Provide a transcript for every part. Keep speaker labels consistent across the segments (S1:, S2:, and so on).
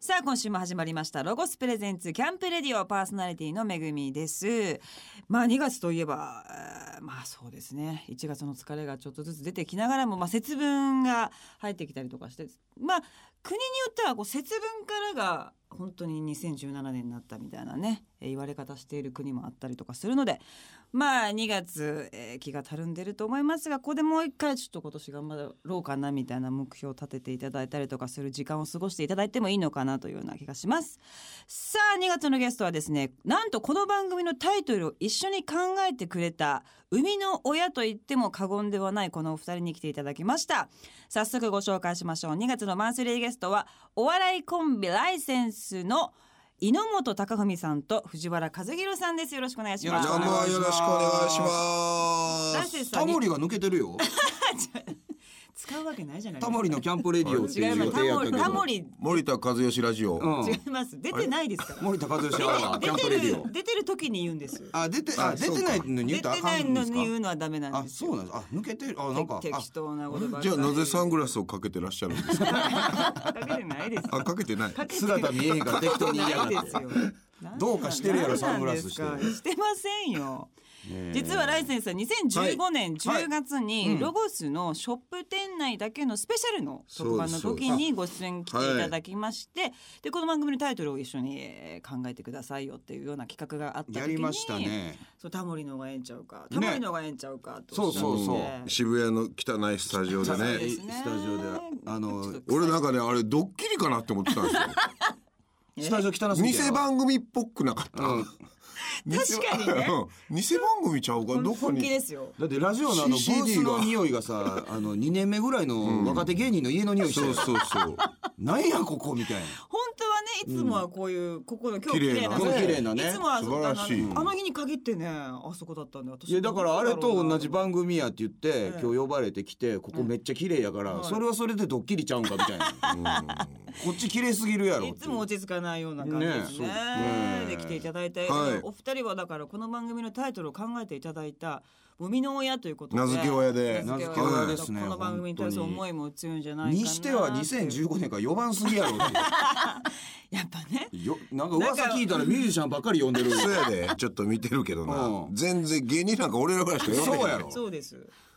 S1: さあ今週も始まりましたロゴスプレゼンツキャンプレディオパーソナリティのめぐみですまあ2月といえばえーまあそうですね1月の疲れがちょっとずつ出てきながらもまあ節分が入ってきたりとかしてまあ国によってはこう節分からが本当に2017年になったみたいなねえー言われ方している国もあったりとかするのでまあ2月、えー気がたるんでると思いますがここでもう一回ちょっと今年頑張ろうかなみたいな目標を立てていただいたりとかする時間を過ごしていただいてもいいのかなというような気がしますさあ2月のゲストはですねなんとこの番組のタイトルを一緒に考えてくれた生みの親と言っても過言ではないこのお二人に来ていただきました早速ご紹介しましょう2月のマンスリーゲストはお笑いコンビライセンスの猪本貴文さんと藤原和弘さんですよろしくお願いします
S2: どうもよろしくお願いしま
S1: 男性
S2: す。
S1: さん
S2: タ
S1: に
S2: モリが抜けてるよ。
S1: 使うわけないじゃないで
S2: タ
S1: すか
S2: モリのキャンプレディオって
S1: 違
S2: い
S1: いうま
S2: 予
S1: す
S2: 定やったけど。
S1: タモリ
S3: 森田和義ラジオ、
S2: うん。
S1: 違います出てないですから
S2: 森田和義アワーキャンプ
S1: 出
S2: レ
S1: て
S2: ディ
S1: る
S2: オ。
S1: 出てる時に言うんです
S2: あ出てあ
S3: あ
S2: 出
S3: そうか
S2: てないのに言
S1: 出
S2: ってたらあか
S1: ない
S2: んん
S1: の
S2: です
S1: に
S2: か
S1: 言。うのはダメなん
S2: あ
S1: です
S2: そうなんです。あ抜けてる。あなんか
S1: て
S2: あ
S1: 適当なことばっかり
S3: じゃあなぜサングラスをかけてらっしゃるんですか
S1: かけてないですよ
S3: あかけてない
S2: 姿見えへんから適当に言いやがって
S1: ないですよ
S2: どうかしてるやろサングラスして
S1: なんですかしてませんよ実はライセンスは
S2: は
S1: 2015
S2: い
S1: 年10月
S2: はいう
S1: に
S2: ん
S1: ロゴスのショップ店内だけのスペシャルの特番の時にご出演来ていただきましてでこの番組のタイトルを一緒にえー考えてくださいよっていうような企画があった時に
S2: やりましたね。
S1: そうタモリのがええんちゃうかタ
S2: ね
S1: モリのがええんちゃうかと
S2: そうそうそう
S3: 渋谷の汚いスタジオで
S1: そう
S3: ね
S1: ですね
S2: スタジオであの
S1: ちょっと
S3: 俺なんかねあれドッキリかなって思ってたんですよ
S2: スタジオ汚すぎて
S3: 偽番組っぽくなかった、
S2: うん。
S3: 偽
S1: 確かにね
S3: うん偽番組ちゃうかどこ
S1: 本気
S3: に
S1: ですよ
S2: だってラジオのあのブ
S3: CD
S2: ースの
S3: が
S2: 匂いがさあの2年目ぐらいの若手芸人の家の匂いして
S3: そ
S2: る
S3: うそうそう
S2: なんやここみたいな
S1: 本当はねいつもはこういう、ここの今日
S3: 綺麗な
S1: ね
S2: 今日綺麗なね
S1: いつもはあそこ
S3: 素晴らしい
S1: あのあの日に限ってねあそこだったんで私
S2: いやだからあれと同じ
S1: 番
S2: 番組やって言って
S1: ええ
S2: 今日呼ばれてきてここめっちゃ綺麗やか
S1: は
S2: ら
S1: い
S2: それはそれでドッキリちゃうんかみたいなこっち綺麗すぎるやろっ
S1: い
S2: て
S1: つも落ち着かないような感じですね
S2: ね
S3: そう
S1: で
S3: ね
S1: 来ていただいて、
S3: はい
S1: お二人はだからこの番組のタイトルを考えていただいた生みの親ということで
S3: 名付け親で
S1: 名付け
S3: 名付け
S1: 親
S3: 親
S2: ですね
S1: この番組に対する思いも強いんじゃないかな
S2: にしては
S1: や
S2: 2015年から4番すぎやろっ
S1: っぱね
S2: てよなんか噂聞いたらミュージシャンばっかり呼んでる
S3: そうやでちょっと見てるけどな、
S2: うん
S3: 全然芸人なんか俺らぐらいしか言わない
S2: そうやろ
S1: そうです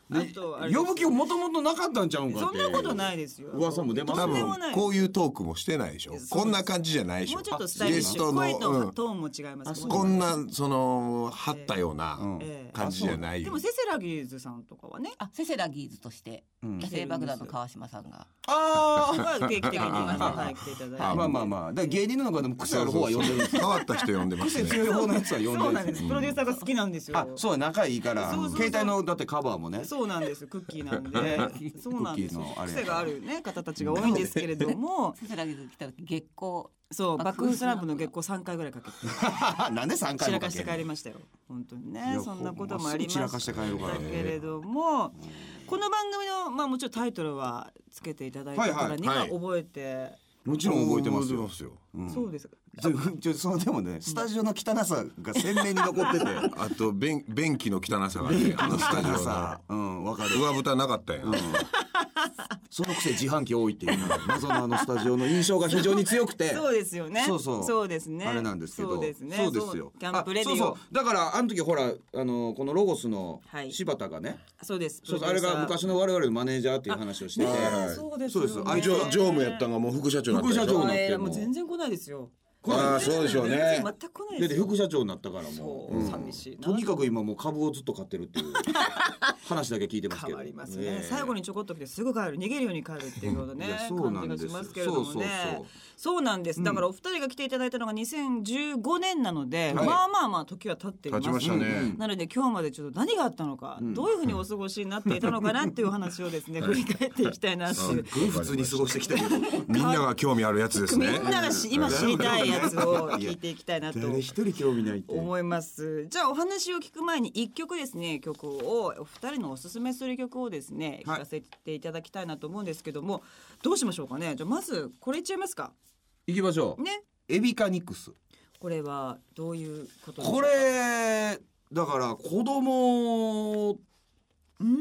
S1: あ
S2: ね
S1: とあれです
S2: 呼ぶ気もともとなかったんちゃうんか
S1: そ
S2: っ
S1: ん
S2: て
S1: なことないですよ
S2: 噂も出ますよ
S3: 多
S1: とんでもな
S3: 分
S1: い
S3: こういうトークもしてないでしょ
S1: す
S3: こんな感じじゃないでしょ
S1: もうちょっとスタイリッシ
S3: ゲス
S1: ュ
S3: トの
S1: 声と
S3: うん
S1: トーンも違いますけど
S3: こんなその張ったような
S2: うん
S1: ええ
S3: 感じじゃない
S1: で
S3: よ
S1: もセセラギーズさんとかはね
S4: あセセラギーズとして
S2: うん
S4: 野生爆弾の川島さんが
S2: あ
S1: は定期的にはい
S2: あ
S1: 来ていただい
S2: あ
S1: て
S2: まあまあまあだから芸人の中でも癖ある方は呼んでるんです
S3: 変わった人呼んでます
S2: 癖
S3: ね
S2: 強い方のやつは
S1: そ
S2: 呼
S1: うん
S2: で
S1: な
S2: る
S1: んですプロデューサーが好きなんですよ
S2: あそうや仲いいから
S1: そうそうそう
S2: 携帯のだってカバーもね
S1: そうなんですクッキーなん
S2: ね
S1: で そうなんです
S2: クッキーのあれ
S1: 癖があるね方たちが多いんですけれど も
S4: セセラギーズ来た時月光
S1: そう爆
S4: 爆
S1: 風
S4: 風
S1: スランプの月光三回ぐらいかけて
S2: なんで3
S1: 散
S2: 回
S1: ら
S2: も
S1: か
S2: か
S1: して
S2: け
S1: 帰り
S2: る
S1: ましたよ本当に
S2: い
S1: ね
S2: や
S1: そんなこともありま
S2: ほんますぐ散らか
S1: し
S2: して
S1: た
S2: 帰るからね
S1: けれどもこの番組のまあもちろんタイトルはつけていただいたからには
S3: はいはい
S1: 覚えて
S2: もちろん覚えてますよ
S3: 覚えよ
S2: うん
S1: そうです
S2: ちょちょそのでもねスタジオの汚さが鮮明に残 ってて
S3: あと便便器の汚さがねあのスタジオの
S2: さうんわかる
S3: 上蓋なかったよ、ん、
S2: そのくせ自販機多いっていうのが謎のあのスタジオの印象が非常に強くて
S1: そうですよね。
S2: そうそう
S1: ですね。
S2: あれなんですけど
S1: そうですね。
S2: そうですよ
S1: キャンプレディオ。
S2: あ
S1: そ
S2: そううそうだからあの時ほらあのこのロゴスの
S1: はい
S2: 柴田がね、
S1: です。
S2: そうそうあれが昔の我々のマネージャーっていう話をしてて、
S1: ねえ
S3: はい
S1: そうです
S2: そ
S1: よ
S2: う
S1: ね。
S2: です
S3: あ常常務やったんがもう副社長になったでしょ
S2: 副社長になっ
S1: え
S2: て
S1: ーもう全然来ないですよ。
S3: ああそうでしょうね
S1: 全く来ない
S2: で
S1: です
S2: で
S1: よ。
S2: 副社長になったからも
S1: そうう、寂しいな。
S2: とにかく今もう株をずっと買ってるっていう 話だけ聞いてますけ
S1: 変
S2: ど
S1: わります
S2: え
S1: ね
S2: え。
S1: 最後にちょこっと来てすぐ帰る逃げるように帰るっていうような
S2: い
S1: ね
S2: やそう
S1: 感
S2: な
S1: じ
S2: ん
S1: が
S2: です
S1: し
S2: よ
S1: ますけれどもね
S2: そうそうそう
S1: そうなんですだからお二人が来ていただいたのが2015年なので
S2: はい
S1: まあまあまあ時は経っています
S3: 経ちましたね
S1: うんなので今日までちょっと何があったのかどういうふうにお過ごしになっていたのかなっていう話をですね振り返っていきたいなっていう
S2: すっごい普通に過ごしてきたけど
S3: みんなが興味あるやつです
S1: み
S3: ね
S1: んながし今知りたいやつを聞いていきたいなと
S2: 誰一人興味ないって
S1: 思いますじゃあお話を聞く前に一曲ですね曲をお二人のおすすめする曲をですね聞
S2: はい
S1: かせていただきたいなと思うんですけども、どうしましょうかねじゃあまずこれいっちゃいますか
S2: いきましょう、
S1: ね
S2: エビカニクス
S1: これはどういうことでしょう
S2: これだから子供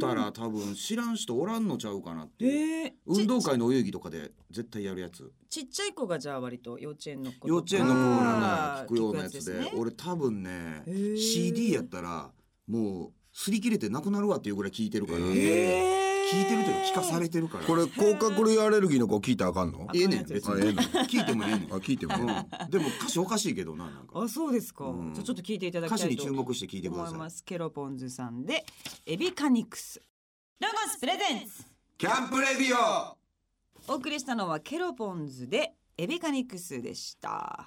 S2: たら多分知らん人おらんのちゃうかなって
S1: え
S2: いう、
S1: ー
S2: 運動会のお遊戯とかで絶対やるやつ
S1: ちっちゃい子がじゃあ割と幼稚園の子
S2: 幼稚園の子が
S1: あー
S2: ね聞くようなやつで
S1: 聞くやつですね
S2: 俺多分ね
S1: へー
S2: CD やったらもう擦り切れてなくなるわっていうぐらい聞いてるから、
S3: へ
S2: 聞い
S3: ー
S2: てるというか聞かされてるから
S3: これ甲殻類アレルギーの子聞いたらあかんの
S1: あ
S2: ええねん別
S3: あええ
S2: に
S3: の
S2: 聞いてもええねん
S3: あ聞いてもね
S2: うんでも歌詞おかしいけどななんか
S1: あそうですか、
S2: うん
S1: じゃあちょっと聞いていただきた
S2: 歌
S1: いと
S2: 詞に注目して聞いてくだ
S1: 思い
S2: さい
S1: ますケロポンズさんでエビカニクスロゴスプレゼンツ
S3: キャンプレディオ
S1: お送りしたのはケロポンズでエビカニクスでした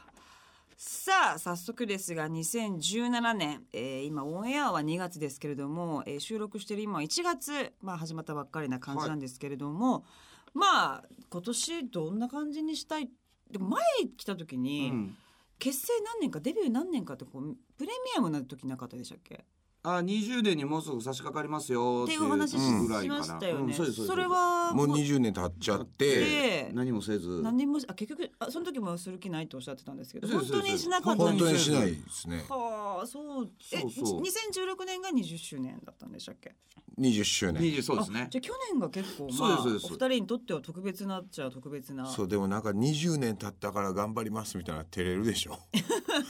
S1: さあ早速ですが2017年、えー今オンエアは2月ですけれども、えー収録している今は1月、まあ、始まったばっかりな感じなんですけれども、まあ今年どんな感じにしたいでも前来た時に、
S2: うん
S1: 結成何年かデビュー何年かってこうプレミアムな時なかったでしたっけ
S2: あ20年にもうすぐ差し掛かりますよ
S1: っていうお話しし
S2: ぐらいか
S1: ま
S2: な
S1: したよ
S2: うん
S1: ね。
S2: そうです
S1: それ
S2: そう
S1: は
S3: もう20年経っちゃっ
S1: で
S3: て
S2: です何もせず
S1: 何もしあ結局あその時もする気ないとおっしゃってたんですけど
S2: そう
S1: 本
S2: そうそう
S1: 当にしなかった
S3: 本
S1: んで
S3: 当に
S1: す
S3: し
S1: よ。
S3: ないですね
S1: はあそうえ
S2: そうそう
S1: 2016年が20周年だったんでしたっけ
S3: 20周年
S2: 20そうですね
S1: あ じゃあ去年が結構
S2: そ
S1: まあお
S2: う
S1: 二
S2: ですそうです
S1: 人にとっては特別なっちゃ特別な
S3: そうでもなんか20年経ったから頑張りますみたいな照れるでしょ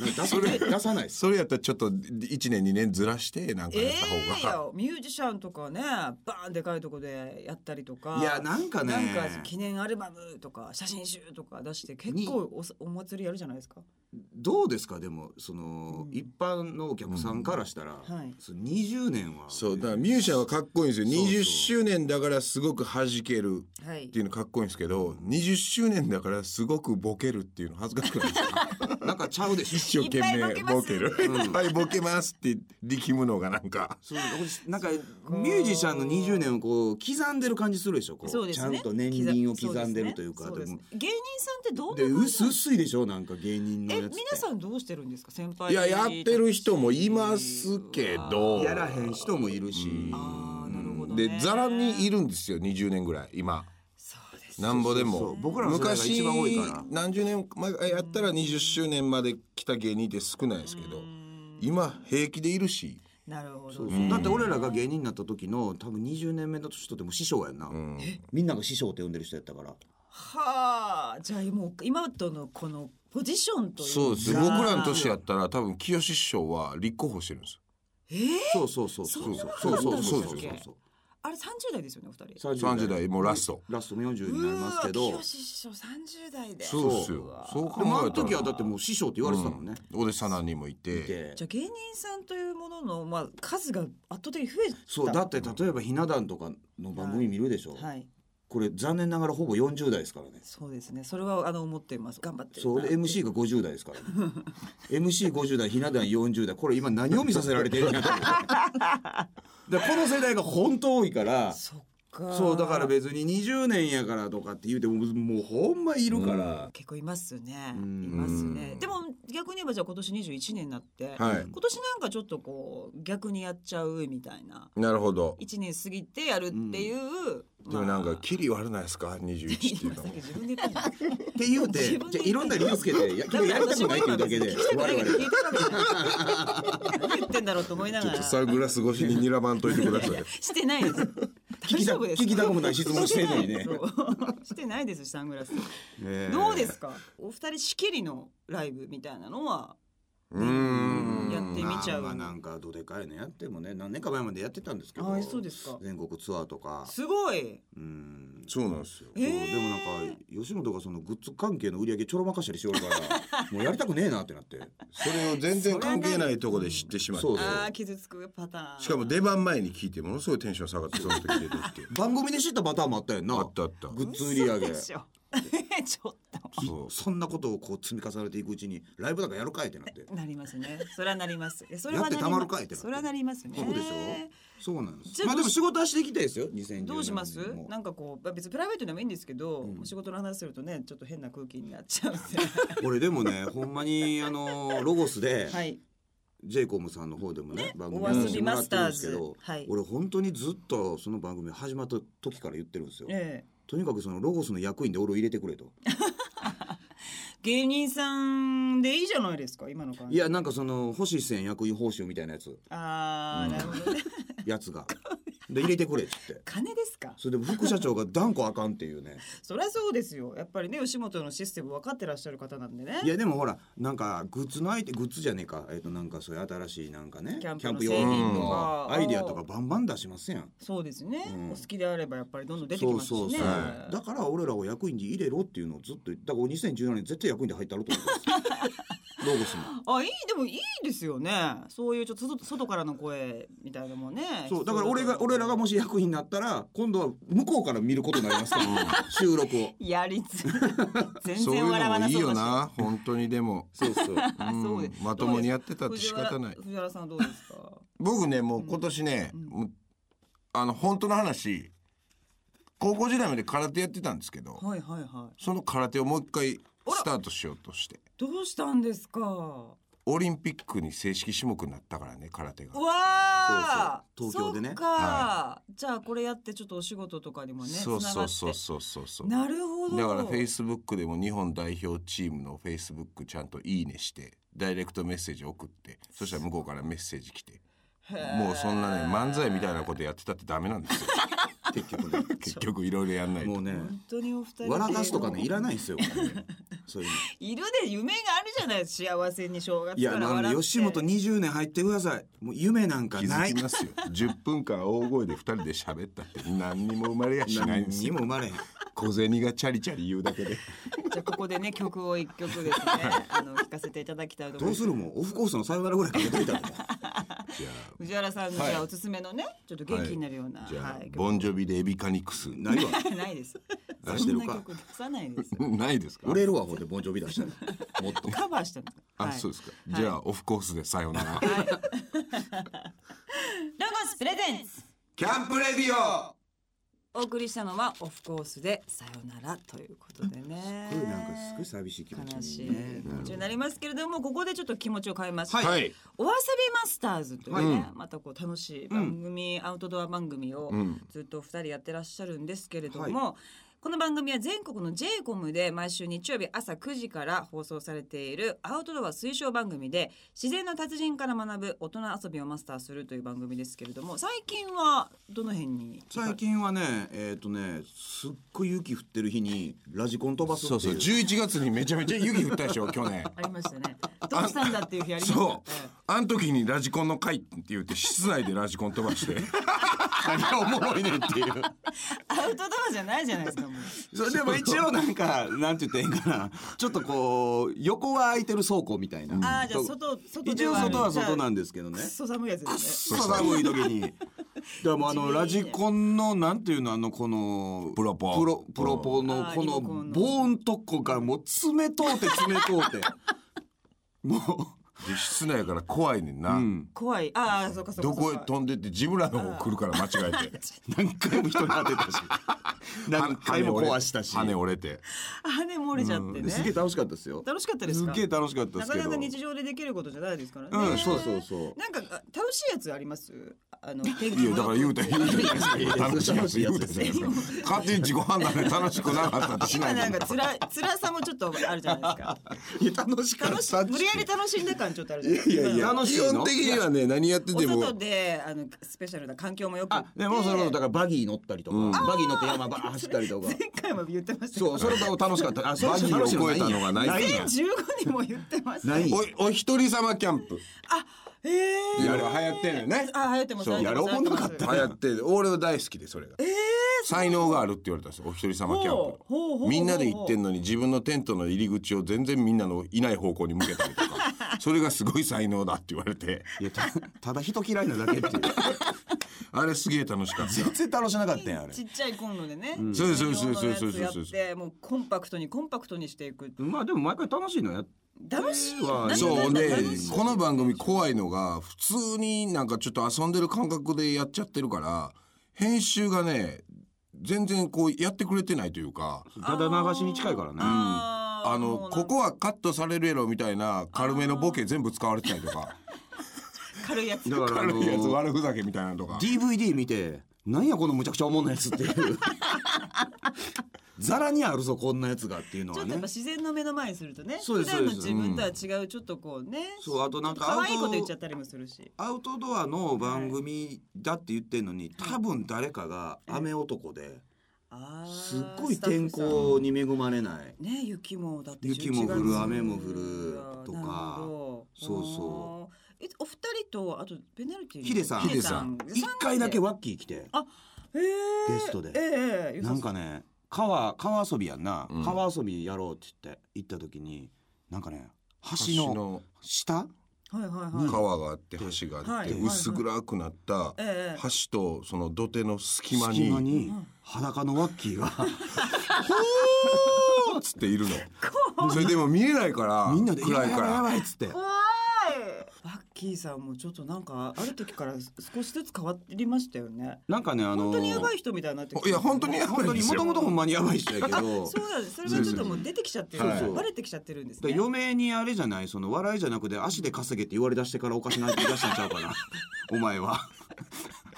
S2: 出 さない出さないです
S3: それやったらちょっと1年2年ずらしてなんか
S1: え
S3: やった
S1: え
S3: 方が、
S1: よミュージシャンとかねバーンでかいとこでやったりとか
S2: いやなんかね
S1: なんか記念アルバムとか写真集とか出して結構おお祭りやるじゃないですか
S2: どうですかでもその、
S1: うん
S2: 一般のお客さんからしたら、
S1: はい
S2: その20年は
S3: そうだからミュージシャンはかっこいいんですよ
S2: そうそう
S3: 20周年だからすごく弾ける
S1: はい
S3: っていうのかっこいいんですけど20周年だからすごくボケるっていうの恥ずかしくないですか
S2: なんかちゃうでしょ
S3: 一生懸命ボケる
S1: い
S2: っぱいボケます
S3: いっぱいボケますって力むのがなんか
S2: そうなんかミュージシャンの20年をこう刻んでる感じするでしょこう
S1: そうですね。
S2: ちゃんと年輪を刻んでるというか
S1: そ
S2: で
S1: うですね
S2: も
S1: そうですね芸人さんってどんな
S2: で
S1: 感じ
S2: 薄
S1: なの
S2: 薄いでしょなんか芸人の
S1: え
S2: やつ
S1: 皆
S2: って
S1: さんどうしてるんですか先輩
S3: いややってる人もいますけど
S2: やらへん人もいるし、
S3: うん
S1: あーなるほどね
S3: でザラにいるんですよ20年ぐらい今
S1: そうです
S3: なんぼでも
S2: そうそうそう僕らの世代が一番多いから
S3: 昔何十年前やったら20周年まで来た芸人って少ないですけど今平気でいるし
S1: なるほ
S2: そ
S1: ど
S2: う
S1: ね、
S2: そうだって俺らが芸人になった時の多分20年目の人でも師匠やんな、
S3: ん
S2: みんなが師匠って呼んでる人やったから
S1: はあじゃあもう今とのこのポジションというか
S3: そうです僕らの年やったら多分清志師匠は立候補してるんですよ
S1: えー、
S2: そうそうそうそうそうそうそうそうそう
S1: そんなのあったっけ
S2: そう
S1: あれ三十代ですよねお二人
S3: 30代もうラスト
S2: ラストの40
S1: う
S2: になりますけど
S1: ーわ清志師匠三十代で
S3: そうですよそう考
S2: でもあの
S3: えた
S2: 時
S3: ら
S2: はだってもう師匠って言われてたもんね、
S3: お弟子さん何人もいて
S2: いて
S1: じゃあ芸人さんというもののまあ数が圧倒的に増えた
S2: そうだって例えばひな壇とかの番組見るでしょ、
S1: はい
S2: これ残念ながらほぼ40代ですからね
S1: そうですねそれはあの思っています頑張ってるな
S2: そうで MC が50代ですから、 ね、MC50 代ひな壇40代これ今何を見させられてるん だと思うでこの世代が本当多いから
S1: そっか
S2: そうだから別に20年やからとかって言うてももうほんまいるから、
S1: 結構いますね。い
S2: うん
S1: ますね。でも逆に言えばじゃあ今年21年になって、
S3: は
S1: 今年
S3: い
S1: なんかちょっとこう逆にやっちゃうみたいな
S3: なるほど
S1: 1年過ぎてやるっていう、
S3: でもなん
S1: まあ
S3: かキリ悪ないですか21っていうの
S1: さっき自分で言ったじゃん
S2: って言う
S1: 自
S2: て
S1: 分で
S2: じゃあいろんな理由つけてやけどやりたくないっていうだけで
S1: 聞きたくない
S2: 我
S1: け
S2: 々
S1: ど聞いてたわけじゃない何言ってんだろうと思いな
S3: ちょ
S1: が
S3: っ
S1: ら
S3: とサングラス越しに睨まんといて ください
S1: してないです
S2: 聞き
S1: 大丈
S2: た
S1: 夫です
S2: 聞きたくもない質問してんのにね
S1: してないそうしてないですサングラス、
S2: えー
S1: どうですかお二人しきりのライブみたいなのは
S3: うーん
S1: やってみちゃう
S2: まあ、まあなんかどでかいのやってもね何年か前までやってたんですけど
S1: あそうですか
S2: 全国ツアーとか
S1: すごい
S2: うんそ
S3: そうなんですよ
S2: う
S1: えー
S2: でもなんか吉本がそのグッズ関係の売り上げちょろまかしたりしておるからもうやりたくねえなって なって
S3: それを全然関係ないとこで知ってしまって
S2: そう
S1: あー傷つくパターン
S3: しかも出番前に聞いてものすごいテンション下がってその時出てきて
S2: 番組で知ったパターンもあったやんな
S3: あったあった
S2: グッズ売り上げ
S1: 嘘でしょ ちょっ
S3: そう
S2: そんなことをこう積み重ねていくうちにライブだからやるかいってなって
S1: となりますねそれはなりますいやそれはなり
S2: やってたまるかいってなって
S1: それはなりますね
S2: そうでしょそうなんで
S1: じゃ
S2: す
S1: あ
S2: まあ
S1: ど
S2: で
S1: うし
S2: も仕事はしていきたいですよ2010年
S1: どうします
S2: も
S1: なんかこうまあ別にプライベートでもいいんですけど、お仕事の話するとねちょっと変な空気になっち ゃうんで
S2: 俺でもね ほんまにあのロゴスで
S1: はい
S2: ジェイコムさんの方でもね番 組
S1: お遊び
S2: やらせてもらってるんですけ
S1: マス
S2: ど
S1: ターズはい
S2: 俺本当にずっとその番組始まった時から言ってるんですよ
S1: ええ
S2: とにかくそのロゴスの役員で俺を入れてくれと
S1: 芸人さんでいいじゃないですか今の感じ
S2: いやなんかその星出演役員報酬みたいなやつ
S1: あー、なるほどね
S2: やつがで入れてくれっつって
S1: 金ですか
S2: それで副社長が断固あかんっていうね
S1: そりゃそうですよやっぱりね吉本のシステム分かってらっしゃる方なんでね
S2: いやでもほらなんかグッズのアイテグッズじゃねえかえっ、となんかそういう新しいなんかね
S1: キャンプ
S2: キャン
S1: の
S2: プ
S1: 製
S2: 用
S1: 品と
S2: 品
S1: か、
S2: アイディアとかバンバン出しますやん
S1: そうですね、
S2: うん
S1: お好きであればやっぱりどんどん出てきますしね
S2: そうそうそうだから俺らを役員に入れろっていうのをずっと言ってだから2017年絶対役員で入ったろと思って ますロゴスも
S1: あいいでもいいですよねそういうちょっと外外からの声みたいなのもね
S2: そうだから俺が俺らがも
S1: し
S2: し役員になったら今度は向こうから見ることになりますから収録を
S1: やりつ全
S3: そういう
S1: 然笑わ
S3: のも
S1: ないそう
S3: いよ
S1: だし
S3: な本当にでも、
S2: そうそう
S3: う
S1: あそうで
S3: ん、まともにやってたって仕方な
S1: 藤原
S3: い
S1: 藤原さんはどうですか
S3: 僕ねもう今年ね、もうあの本当の話高校時代まで空手やってたんですけど
S1: はいはいはい
S3: その空手をもう一回スタートしようとして
S1: どうしたんですかわ
S3: オリンピックに正式種目になったからね空手が
S1: あ
S2: そうそう東京でね
S1: そっか、
S3: は
S1: じゃあこれやってちょっとお仕事とかにもね
S3: そうそうそう
S1: つ
S3: そうそうそう
S1: ながってなるほど
S3: だからフェイ
S1: ス
S3: スブックでも日本代表チームのフェイスブックちゃんと「いいね」してダイレクトメッセージ送ってそしたら向こうからメッセージ来てもうそんなね漫才みたいなことやってたってダメなんですよ
S2: 結局ね
S3: 結局いろいろやんない
S2: もう
S3: と
S2: ね
S1: 本当にお二人って
S2: 笑かすとかねいらない ですよそういうの
S1: いるで夢があるじゃない幸せに正
S2: い
S1: 月
S2: や
S1: から
S2: なん
S1: 笑っ
S2: で
S1: て
S2: 吉本20年入ってくださいもう夢なんか
S3: 気
S2: な
S3: づ
S2: い
S3: きますよ10分間大声で2人で喋ったって何にも生まれやしないん
S2: 何
S3: です
S2: に
S3: よ
S2: も生まれへん
S3: 小銭がチャリチャリ言うだけで
S1: じゃあここでね曲を一曲ですねあの聞かせていただきたいと思
S2: ど
S1: いうます
S2: するもうオフコースのさよならぐらいかけといたら
S3: じゃ
S1: 藤原さんのじ
S3: はい
S1: ゃあおすすめのねちょっと元気になるような
S3: あじゃあ、
S1: はい曲
S3: ボンジョビでエビカニクス
S2: ないわ
S1: ないです
S2: 出してる
S1: そんな
S2: か
S1: 曲出さないです
S3: ないですか
S2: 売れるわほんでボンジョビ出したらもっと
S1: カバーしたの
S3: あ、
S1: はい
S3: そうですか、じゃあオフコースでさようなら
S1: ロゴスプレゼンツ
S3: キャンプレディオ
S1: お送りしたのはオフコースでさよならということでね
S2: これなんかすごい寂しい気持
S1: 悲
S2: ち
S1: し
S2: に
S1: い
S2: ね
S1: 気持ちになりますけれどもここでちょっと気持ちを変えまして、
S3: はい、
S1: お遊びマスターズというね、またこう楽しい番組、アウトドア番組を
S3: うん
S1: ずっとお二人やってらっしゃるんですけれども、この番組は全国の j コムで毎週日曜日朝9時から放送されているアウトドア推奨番組で自然の達人から学ぶ大人遊びをマスターするという番組ですけれども最近はどの辺に
S2: 最近はねえっ、とねすっごい雪降ってる日にラジコン飛ばすって
S3: そ
S2: いう
S3: うそう11月にめちゃめちゃ雪降ったでしょ去年
S1: ありましたねどうしたんだっていう日ありました
S3: そ
S1: ね
S3: うあん時にラジコンの回って言って室内でラジコン飛ばして何がおもろいねんっていう
S1: アウトドアじゃないじゃないですかもう
S2: それでも一応なんかなんて言っていいんかなちょっとこう横は空いてる倉庫みたいな、
S1: ああじゃあ外外
S2: 一
S1: で
S2: 応
S1: はある
S2: 外は外なんんですけどね
S1: くっそ寒いやつですね
S2: くっそ寒い時にだからもうあ
S1: 地味
S2: の
S1: に
S2: ラジコンのなんていうのあのこの
S3: プロポ
S2: プロプロポの
S1: あー
S2: この
S1: リモコンの
S2: ボーンとこからもう冷とうて冷とうても
S3: で室内やから怖いねんな、
S2: う、うん、
S1: 怖いああそうかそうか
S3: どこ
S1: そう
S3: へ
S1: か
S3: 飛んでって自分らの方来るから間違えて
S2: 何回も人に当てたし何回も壊したし
S3: 羽折れて
S1: 羽漏れちゃって
S2: すげえ
S1: ね。
S2: 楽しかったですよ
S1: 楽しかったですか
S2: すげえ楽しかったで
S1: な
S2: す
S1: か
S2: け
S1: な
S2: ど
S1: か日常でできることじゃないですからね。
S2: うんそうそうそう
S1: なんかあ楽しいやつあります？あの天
S3: い
S1: 気
S3: や
S1: も
S3: だから言うたら言うたらいいですよ楽しいやつ言うたらいいですよ勝手に自己判断で楽しくなかったってし
S1: 今
S3: ない
S1: な
S3: で
S1: んか辛い辛さもちょっとあるじゃない ですか。
S2: いや楽しかっ
S1: 楽し無理やり楽しんだ感ちょっとあるじゃないですか。
S2: 楽しい
S3: 基
S2: の
S3: 本的にはね何やってて
S1: お
S3: も
S1: 外であのスペシャルな環境もよく
S2: あでもそれこそだからバギー乗ったりとか、バギー乗って山バーッ走ったり とか
S1: 前回も言ってましたけ
S2: そ
S1: ど。
S2: うそれが楽しかったあそれ
S3: バギーを超えたのがない
S2: ないんや
S1: 2015にも言ってました。
S2: ないんや
S3: おお一人様キャンプ
S1: あ、ええ。
S3: やれは流行ってんのよね
S1: あ、流行ってます。
S3: そう
S1: 流行ってます
S2: やろうもなかった
S3: 流行ってる俺は大好きでそれが、才能があるって言われたんですよお一人様キャン
S1: ほうほうほうほ
S3: プ
S1: う
S3: みんなで行ってんのに自分のテントの入り口を全然みんなのいない方向に向けたりとかそれがすごい才能だって言われて
S2: いやたただ人嫌いなだけって いう
S3: あれすげえ楽しかった
S2: 全然楽しなかったんやあれ
S1: ちっちゃいコンロでね、
S3: そうそうそうそうそ
S1: 専
S3: うそう
S1: 用のやつやってもうコンパクトにコンパクトにしていく
S2: まあでも毎回楽しいのや
S1: 楽しい
S2: わ
S1: なんだ
S3: そ
S1: か
S3: うん
S1: だ
S3: ね
S1: 楽しい
S3: この番組怖いのが普通になんかちょっと遊んでる感覚でやっちゃってるから編集がね全然こうやってくれてないというか
S2: ただ流しに近いからね
S1: あー
S3: あ
S1: も
S3: の
S1: うなん
S3: ここはカットされるやろみたいな軽めのボケ全部使われてたりとか
S1: 軽いやつ
S2: だからあの
S3: 軽いやつ悪ふざけみたいなのとか
S2: DVD 見てなんやこのむちゃくちゃおもんなやつっていうざらにあるぞこんなやつがっていうの
S1: ちょ
S2: は
S1: っとやっ
S2: ね
S1: ぱ自然の目の前にするとね
S2: そう
S1: 普
S2: です
S1: 段の
S2: そうで
S1: 自
S2: す
S1: 分とは違うちょっとこうね
S2: そうあとなんか
S1: 可愛いこと
S2: アウ
S1: 言っちゃ
S2: ト
S1: ったりもするし
S2: アウトドアの番組だって言ってんのに、
S1: はい
S2: 多分誰かが雨男で、
S1: あー
S2: すっごい
S1: スタッフ
S2: 天
S1: さん
S2: 候に恵まれない、
S1: ね雪もだって
S2: 雪も降る
S1: 11月
S2: 雨も降るとか
S1: なるほど
S2: そうそ
S1: あーえお二人とあとペナルティーの
S2: ヒデさん
S3: ヒデさん
S2: 一回だけ
S1: へ
S2: ワッキー来て
S1: ー
S2: ゲストで
S1: ええええ
S2: なんかね川川遊びやんな、
S3: うん
S2: 川遊びやろうって言って行った時になんかね橋
S3: 橋
S2: の
S3: の
S2: 下
S1: はいはいはい、
S3: 川があって橋があっ
S1: はい
S3: て薄暗くなった
S1: ええ
S3: 橋とその土手の隙間
S2: 隙間
S3: に
S2: に
S1: うん
S2: 裸のワッキーが
S3: 「おーっつっているのそれでも見えないから
S2: みんなで「やば
S3: 暗い
S2: いや
S3: か
S2: ばいや
S3: ら
S2: ばい」っつって
S1: 怖いバッキーさんもちょっとなんかある時から少しずつ変わりましたよね
S2: なんかねあの
S1: 本当にやばい人みたいになってきて
S3: いや本当に
S2: 本当にもともとほんまにやばい人やけど
S1: そうなんですそれがちょっともう出てきちゃってる、
S3: はい
S1: バレてきちゃってるんです
S2: だ
S1: ね
S2: 余命にあれじゃないその笑いじゃなくて足で稼げって言われ出してからおかしなって言い出したんちゃうかな お前は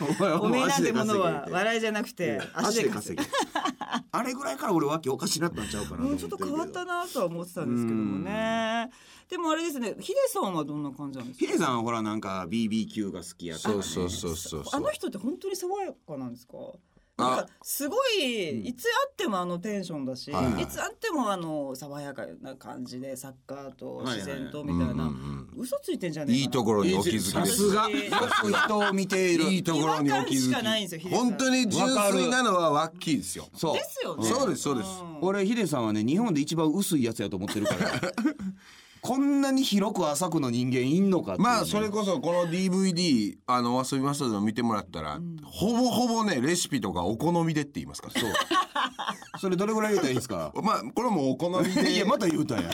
S2: お前
S1: おめえなんてもの
S2: 言う
S1: は
S2: て
S1: 笑いじゃなくて
S2: 足
S1: 足
S2: で
S1: で稼
S2: 稼げあれぐらいから俺脇おかしなったんちゃうかな
S1: ぐもうちょっと変わったなとは思ってたんですけどもねでもあれですねヒデさんはどんな感じなんですか
S2: ヒデさんはほらなんか BBQ が好きやから、
S3: そ
S2: ね、
S3: うそうそうそうそ
S1: あ
S3: う
S1: の人って本当に爽やかなんですか
S3: あ
S1: なんかすごいいつあってもあのテンションだし、
S3: はいはい
S1: い、つあってもあの爽やかな感じでサッカーと自然と
S3: う
S1: み
S3: んう
S1: たい
S3: ん
S1: な、
S3: うん
S1: 嘘ついてんじゃねえかない
S3: いところにお気づき
S2: さ
S3: ですす
S2: がよく人を見ている
S3: いいところにお気
S1: 違和感し
S3: づ
S1: かないん
S3: き
S1: ですよヒデさん
S3: 本当に純粋なのはワッキーですよ
S2: そう
S1: ですよね
S3: そうですそうです
S1: ん
S2: 俺ヒデさんはね日本で一番薄いやつやと思ってるから こんなに広く浅くの人間いんのかっていうね
S3: まあそれこそこの DVD「あの遊びました」でも見てもらったら、ほぼほぼねレシピとかお好みでって言いますから
S2: それどれぐらい言うたらいいんですか
S3: まあこれもお好み で
S2: いやまた言うたんや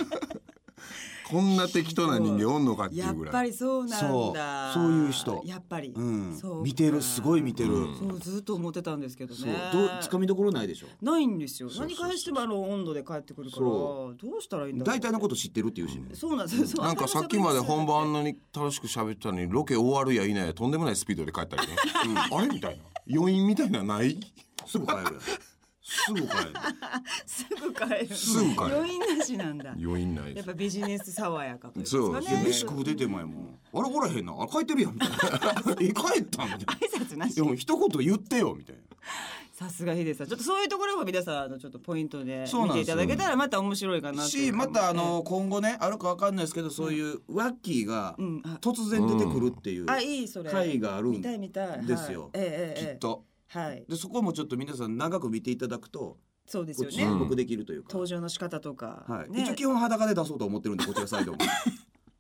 S3: こんな適当な人間おんのかってい
S1: や
S3: う
S1: っ
S3: ぐらい
S1: ぱりそうなんだ
S2: そうそういう人
S1: やっぱり、
S2: うん
S1: そうか
S2: 見てるすごい見てる、
S3: うん
S1: そうずっと思ってたんですけど
S2: そう
S1: ね
S2: どうつかみどころないでしょ
S1: ないんですよ
S2: そうそうそう
S1: 何返してもあの温度で帰ってくるからど
S2: そう
S1: したらいいんだろう
S2: 大体のこと知ってるっていうしね、
S1: そうなんですよそう
S3: なんかさっきまで本番あんなに楽しく喋ってたのにロケ終わるやいないやとんでもないスピードで帰ったりね、 あれみたいな余韻みたいなない
S2: すぐ帰るやんすぐ帰る
S1: すぐ帰る
S3: すぐ帰る
S1: 余韻なしなんだ
S3: 余韻ない
S1: や
S3: で
S1: っ
S3: す
S1: ぱビジネス爽やかという
S3: そう
S1: か
S2: いや
S1: ね
S2: 飯食うててまいもんあれおらへんなあれ帰ってるやんみたいなえ帰ったんみたいな
S1: 挨拶なし
S2: でも一言言ってよみたいな
S1: さすがヒデさんちょっとそういうところも皆さんあのちょっとポイントで
S2: そう
S1: 見て
S2: なんで
S1: い
S2: す
S1: た
S2: よ
S1: だけたらまた面白いかなとい
S2: し
S1: うか
S2: またあの今後ねあるかわかんないですけどそういうワッキーが
S1: うんあ
S2: 突然出てくるっていう
S1: あいいそれ
S2: 回があるん
S1: 見たい見たい
S2: ですよ
S1: はい、ええ
S2: き
S1: ええ
S2: っと
S1: はい
S2: でそこもちょっと皆さん長く見ていただくと
S1: そうです
S2: こ
S1: よ
S2: う
S1: ね、
S2: 注目できるというか、
S1: 登場の仕方とか、
S2: はい
S1: ね
S2: 一応基本裸で出そうと思ってるんでこちらサイド も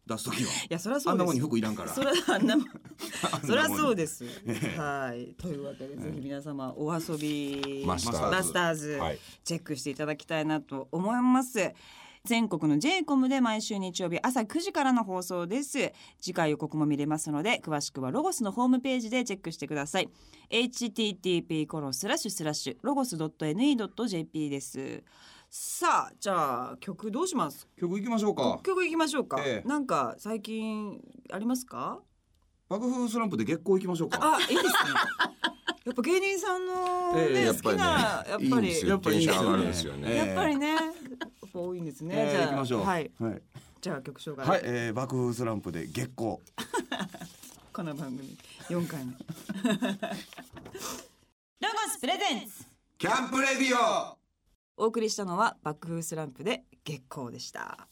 S2: 出す時はい
S1: やそりゃ
S2: あ
S1: そうん
S2: な
S1: で
S2: も
S1: す
S2: んに
S1: よ
S2: 服いらんから
S1: そりゃあんなもん
S2: あんなもんに
S1: そりゃそうです
S2: ええ
S1: はいというわけでぜひ皆様お遊び
S3: マスターズ
S1: マスターズ
S3: はい
S1: チェックしていただきたいなと思います全国の j コムで毎週日曜日朝9時からの放送です次回予告も見れますので詳しくはロゴスのホームページでチェックしてください http コロンスラッシュスラッシュロゴス .ne.jp ですさあじゃあ曲どうします
S2: 曲行きましょうか
S1: 曲いきましょうか、
S2: ええ
S1: なんか最近ありますか
S2: 爆風スランプで月光行きましょうか
S1: あいいですねやっぱ芸人さんの、ね
S2: ええ
S3: やっ
S1: 好
S3: ぱ
S1: き
S3: りね
S1: なやっぱり
S3: いいんです
S2: や
S3: よ
S2: っぱ
S3: テ
S2: りい
S3: ン
S2: いん
S3: シ
S2: ですよね
S3: ョン上がるんですよね
S2: ええ
S1: やっぱりねやっぱ多いんですね、
S2: えー
S1: じゃあ
S2: 行きましょう
S1: はい
S2: はい、
S1: じゃあ曲紹介、
S2: はいえー、爆風スランプで月光
S1: この番組四回目 ロゴスプレゼンツ
S3: キャンプレディオ
S1: お送りしたのは爆風スランプで月光でした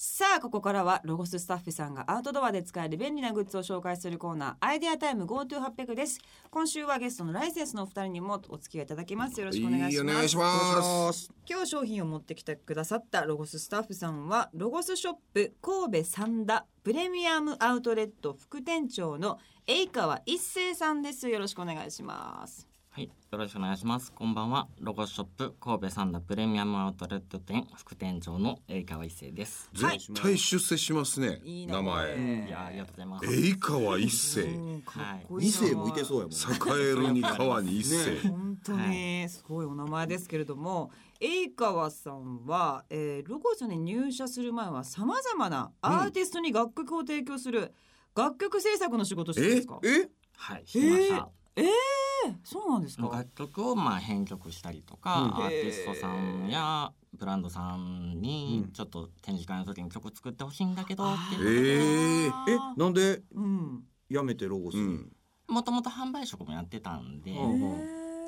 S1: さあここからはロゴススタッフさんがアウトドアで使える便利なグッズを紹介するコーナーアイデアタイム GoTo800 です今週はゲストのライセンスのお二人にもお付き合いいただきますよろしくお願いします
S3: お願いします
S1: 今日商品を持ってきてくださったロゴススタッフさんはロゴスショップ神戸三田プレミアムアウトレット副店長の栄川一生さんですよろしくお願いします
S5: はい、よろしくお願いします。こんばんは。ロゴスショップ神戸三田プレミアムアウトレット店副店長の江川一生です。
S3: 絶対出世しますね、
S1: いい名
S3: 名
S1: 前
S3: 前
S1: ええ
S5: いや、ありがとうございます。
S3: 栄川一世
S1: うんかっこいい
S2: 二
S1: な
S2: 世もいてそうやもん
S3: 栄えるに川に一世、
S1: 本当にすごいお名前ですけれども、栄川さんは、えーロゴスに入社する前はさまざまなアーティストに楽曲を提供する楽曲制作の仕事をしてたんですか、
S3: え
S5: はい、してました。
S1: えーそうなんですか。
S5: 楽曲をまあ編曲したりとか、
S2: うん
S5: アーティストさんやブランドさんに
S2: うん
S5: ちょっと展示会の時に曲作ってほしいんだけどって
S1: あ
S5: いう
S1: ー
S2: えー、えなんで
S1: うん。
S2: やめてロゴスに、
S3: うん
S5: もともと販売職もやってたんで、
S2: うん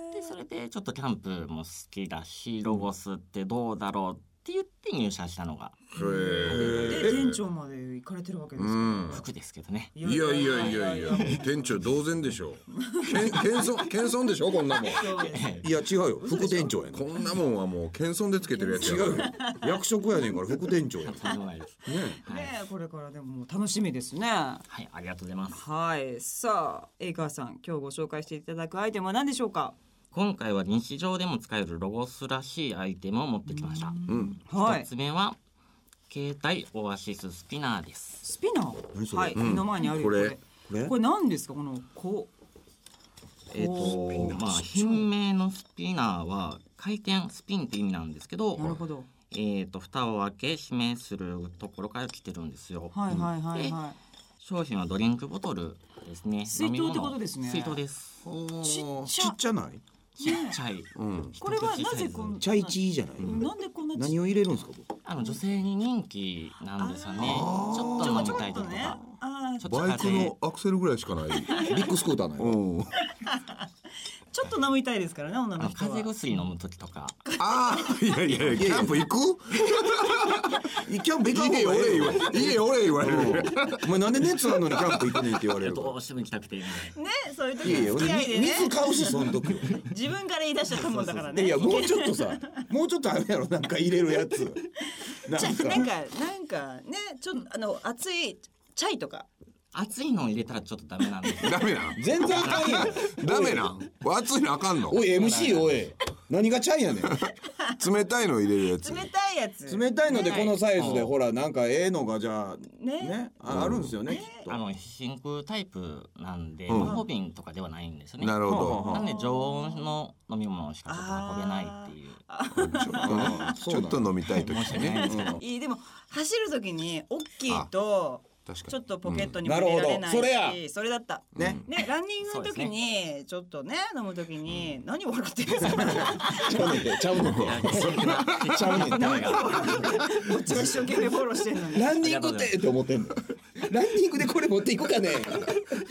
S2: うん
S5: でそれでちょっとキャンプも好きだしロゴスってどうだろうって言って入社したのが
S3: へー
S1: で店長まで行かれてるわけです
S3: う
S1: か。
S3: ん
S5: 服ですけどね。
S1: い
S3: いやいやいやいや店長同然でしょけん謙遜謙遜でしょこんなもん
S1: そうです
S2: いや違うよ副店長やね
S3: こんなもんはもう謙遜でつけてるやつ
S2: 違
S3: や
S2: うよ役職やねんから副店長やね
S5: とんでもないです。はい
S1: ねえこれからでももう楽しみですね。
S5: はい、ありがとうございます。
S1: はい、さあ、江川さん、今日ご紹介していただくアイテムは何でしょうか。
S5: 今回は日常でも使えるロゴスらしいアイテムを持ってきました。
S3: うん
S1: はい
S5: 一つ目は携帯オアシススピナーです。
S1: スピナー。
S2: 何それ
S1: はい、
S2: う
S1: 目の前にあるよ
S3: こ
S1: こ
S3: れ
S1: れ。
S2: これ
S1: これ何ですか、この、こう。
S5: えっ、
S1: おー
S5: とまあ品名のスピナーは回転スピンって意味なんですけど、
S1: なるほど。
S5: えっ、と蓋を開け指名するところから来てるんですよ。
S1: はいはいはいは
S5: 商品はドリンクボトルですね。
S1: 水筒ってこと
S5: 飲み物
S1: ですね
S5: 水筒です。
S1: ちっ
S2: ちっちゃない
S5: ちっちゃい。
S2: うん
S1: い。これはなぜこん
S2: チャイチーじゃない、
S1: なんでこんなちっ
S2: 何を入れるんですか僕
S5: あの女性に人気なんですよね。ちょっと飲みたい
S1: ちょっと
S5: 時と
S1: ね
S5: か。。
S1: あー
S5: ちょっと
S3: バイク
S5: 風
S3: の
S5: 邪
S3: アクセルぐらいしかない
S2: ビッグスクーターなんや
S3: うん
S1: ちょっと飲みたいですからね、女
S5: あ
S1: の
S5: の
S1: 人は
S5: 風。邪薬飲む時とか。
S3: ああいやいやいやキャンプ行く
S2: キャンプ 行かん
S3: 家
S2: 方
S3: 俺
S2: がええ
S3: 言
S2: よ
S3: わ家俺言われる
S2: お前なんで熱あんのにキャンプ行くねんって言われるか
S5: どうしても行きたくて。みたいな
S1: ね、そういう
S2: ら
S1: 時
S2: いやい
S1: に
S2: や
S1: 付き合いで
S2: 俺
S1: ね。
S2: 水買うしその時は
S1: 自分から言い出しちゃったもんだからね。
S2: いやもうちょっとさもうちょっとあるやろなんか入れるや つ
S1: ち
S2: な
S1: ゃ
S2: ん
S1: なん
S2: か
S1: かなんかねちょっとあの熱いチャイとか
S5: 熱いのを入れたらちょっとダメな んですよ。
S3: ダメなん
S2: 全然あかんやん
S3: ダメなん熱いのあかんの
S2: おい MC おい何がチャイやねん
S3: 冷たいの入れるやつ
S1: 冷たいやつ
S2: 冷たいのでこのサイズで
S5: うん
S2: ほらなんかええのがじゃあ
S1: ね
S2: ねああるんですよねきっと
S5: あの真空タイプなんで、
S3: うん
S5: まあホビンとかではないんですよね。
S3: なるほ
S5: なんで常温の飲み物しかちょっと運べないっていう。
S3: どちょっとね
S2: あ
S3: ちょっと飲みたい時
S5: 申し訳ない
S3: ね
S5: ですけど。
S1: いいでも走る時に大きいと
S3: 確かに
S1: ちょっとポケットに
S2: う
S1: も
S2: ん
S1: 入れられないし、
S2: なるほどそれ
S1: それだった
S2: ね
S1: ねランニングの時にちょっとね飲む時に、何笑ってるんですか
S2: ちゃうねんてちゃうねんて ちゃうねんて
S1: こっちが一生懸命フォローしてるのに
S2: ランニングってって思ってんのランニングでこれ持っていくかね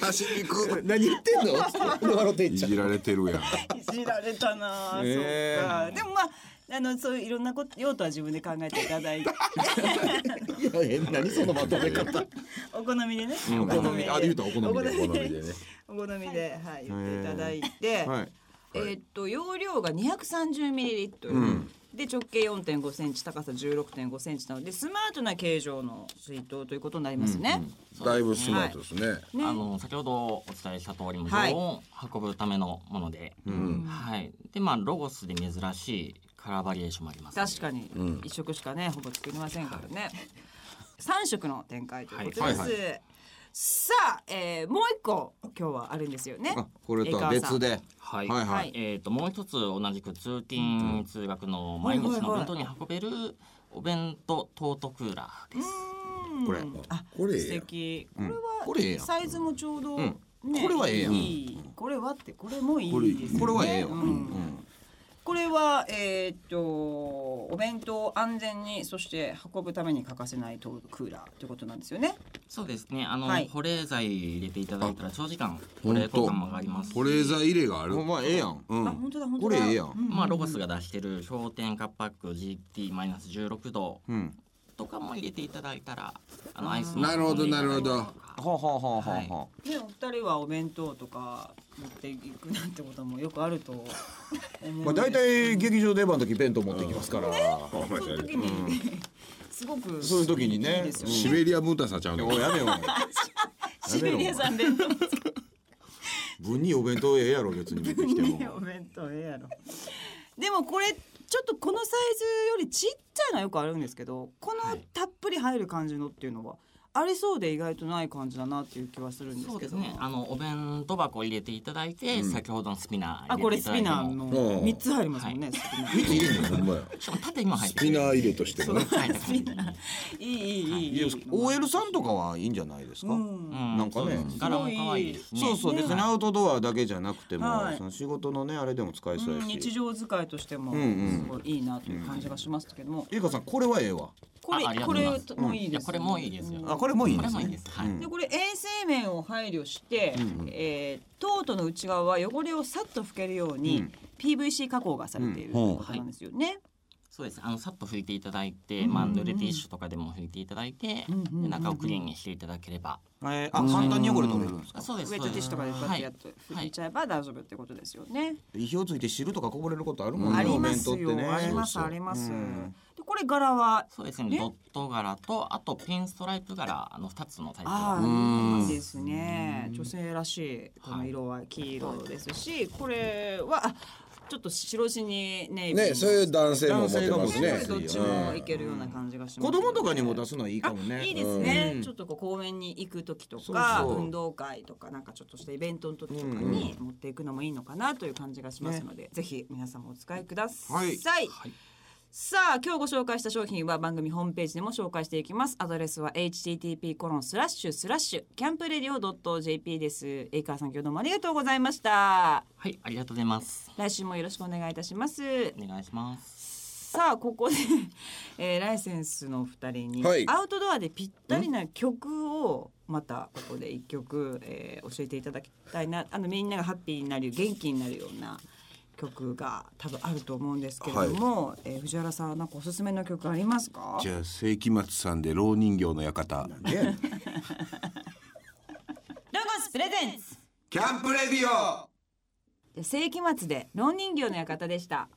S3: 走りに行く
S2: 何言ってんのつって笑ってん
S3: い
S2: ちゃう
S3: じられてるやん
S1: いじられたなあ、
S2: ええ
S1: そっかでもまああのそういういろんなこと用途は自分で考えていただい て
S2: いやえ何そのまとめ方
S1: お好みでね、
S2: お好みあ言うたらお好みで
S1: お好みでお好みで、はい、言っていただいて、
S2: はい
S1: えーっと容量が230ミリリットル。で直径4.5センチ高さ16.5センチなのでスマートな形状の水筒ということになりますね。
S3: だいぶスマートですね
S1: ね
S5: あの先ほどお伝えした通りも
S1: はい
S5: 常温を運ぶためのもので、はい。でまあロゴスで珍しいカラーバリエーションもありますので。
S1: 確かに一色しかねほぼ作りませんからね。三色の展開ということ
S3: は
S1: で
S3: い
S1: す。
S3: はい
S1: さあ、えーもう一個今日はあるんですよね。
S2: これとは別で
S5: はい、
S3: はいはい
S5: えっ、ともう一つ同じく通勤通学の毎日の弁当に運べるお弁当トートクーラーです。
S1: うん
S2: これ
S1: あ
S2: これええやん
S1: 素敵。これは、
S2: これええやん
S1: サイズもちょうど、ね
S2: これはええやん
S1: いいこれはってこれもい
S2: これ
S1: いですよね。
S2: これはええよ
S1: うん
S2: うん
S1: これはえーっとお弁当を安全にそして運ぶために欠かせないトークーラーということなんですよね。
S5: そうですね。あの、
S1: はい
S5: 保冷剤入れていただいたら長時間保
S3: ほんと
S5: 冷効果も上がります。
S3: 保冷剤入れがある
S2: ほんまええやん
S3: う
S1: あ
S3: ん
S1: 本当だ本当
S2: こ
S1: だ。
S2: れええや
S1: う
S2: ん
S1: ん
S5: まあロゴスが出してる氷点下パック GT マイナス16度
S2: うん
S5: とかも入れていただいたら、あのアイスの
S3: なるほどなるほど
S2: はははは
S5: はい
S2: は
S1: ねお二人はお弁当とか持っていくなんてこともよくあると思うん
S2: まあ大体劇場出番の時弁当持ってきますから
S3: お前
S1: そういう時に、すごく
S2: そういう時にね
S1: いいですよ
S3: シベリアムータさんちゃうねん
S2: おいやめよ
S1: シベリアさん弁当
S2: 分にお弁当ええやろ別に見てきて
S1: ねお
S2: も
S1: 弁当ええやろでもこれちょっとこのサイズよりちっちゃいのはよくあるんですけどこのたっぷり入る感じのっていうのはありそうで意外とない感じだなっていう気はするんで
S5: そ
S1: す
S5: う
S1: け
S5: です
S1: ど
S5: ね。あのお弁当箱を入れていただいて、
S2: うん
S5: 先ほどのスピナー
S1: あこれスピナー
S5: の。
S2: う
S1: の
S2: ん
S1: 三つ入りますもんね、スピナー
S2: 見ていいんだよほんまや
S5: しかも縦にも入っ
S3: ス
S5: て
S3: ピ
S5: る
S3: ナー入れとしてもね
S5: はい縦に入ってる
S1: いいいいいいいい
S2: いや OL さんとかはいいんじゃないですか、
S1: うん
S5: うん
S2: なんかね
S5: そうです柄も可愛いですね。
S2: そうそう別にアウトドアだけじゃなくても、
S1: はい
S2: その仕事のねあれでも使えそうや
S1: うん日
S2: し、
S1: 常使いとしても
S2: うん
S1: す
S2: うん
S1: ごいいいなという感じがしますけども、
S2: ゆうかさんこれはええわ
S1: これ
S5: あありがと
S1: こ
S5: うございま
S1: れ
S5: す
S1: もいい
S5: い
S1: で
S5: や
S1: す、
S5: これもいいですよ。
S2: あこれもいいんで
S5: これ
S2: す
S5: もいい
S2: ね
S5: です。はい。
S2: うん
S1: でこれ衛生面を配慮して、
S2: うんうん
S1: えートートの内側は汚れをさっと拭けるように、
S2: うん
S1: PVC 加工がされている
S2: うん
S1: ということなんですよね。
S5: そうです。あのさっと拭いていただいて、
S1: うん
S5: まあ濡れティッシュとかでも拭いていただいて、
S1: うんうんうん
S5: で中をクリーンにしていただければ。
S2: えーあ簡単に汚れ取れるんです
S5: あ
S2: か
S5: そうです。
S1: ウェットティッシュとかでこうやってやっと
S5: は
S1: 拭い
S5: い
S1: ちゃえば大丈夫ってことですよね。
S2: 意表ついて汁とかこぼれることあるもんね、
S1: あり
S2: お
S1: ま
S2: 弁
S1: す
S2: 当っ
S1: よ、
S2: てね
S1: あります
S2: そうそ
S1: あ
S2: う
S1: ります。
S2: うん
S1: でこれ柄は
S5: そうですね
S1: ね
S5: ドット柄とあとピンストライプ柄あの二つのタイプ
S1: あ
S5: が
S1: あ
S2: うん
S1: いいですね女性らしいこの色は黄色ですし、これはあちょっと白地にネイビー
S3: ねそういう男性も持てま
S2: 男
S3: す
S2: 性が持
S3: ね
S2: てる
S1: どっちもいけるような感じがします、
S2: 子供とかにも出すのはいいかも
S1: あ
S2: ね
S1: いいですね、
S2: うん
S1: ちょっとこう公園に行く時とか
S2: そうそう
S1: 運動会とかなんかちょっとしたイベントの時とかに持っていくのもいいのかなという感じがしますので、ぜひ皆さんもお使いください、
S2: はい
S1: さあ今日ご紹介した商品は番組ホームページでも紹介していきますアドレスは http コロンスラッシュスラッシュキャンプレディオ .jp ですエイカーさん今日どうもありがとうございました
S5: はいありがとうございます。
S1: 来週もよろしくお願いいたします
S5: お願いします。
S1: さあここで、 えーライセンスのお二人に、
S3: はい
S1: アウトドアでぴったりな曲をまたここで一曲、えー教えていただきたいなあのみんながハッピーになる元気になるような曲が多分あると思うんですけれども、えー藤原さんなんかおすすめの曲ありますか
S3: じ
S1: あ
S3: ゃあ世紀末さんで老人形の館
S2: ね
S1: ロゴスプレゼンツ
S2: キャンプレディオ
S1: じゃあ世紀末で「老人形の館」でした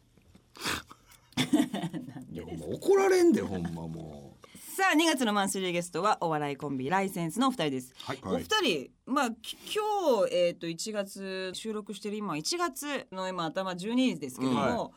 S2: いやほんま怒られんでほんまも
S1: さあ2月のマンスリーゲストはお笑いコンビライセンスのお二人です、
S3: はい
S1: お二人まあき今日えっ、と1月収録してる今1月の今頭12日ですけども、
S2: うんはい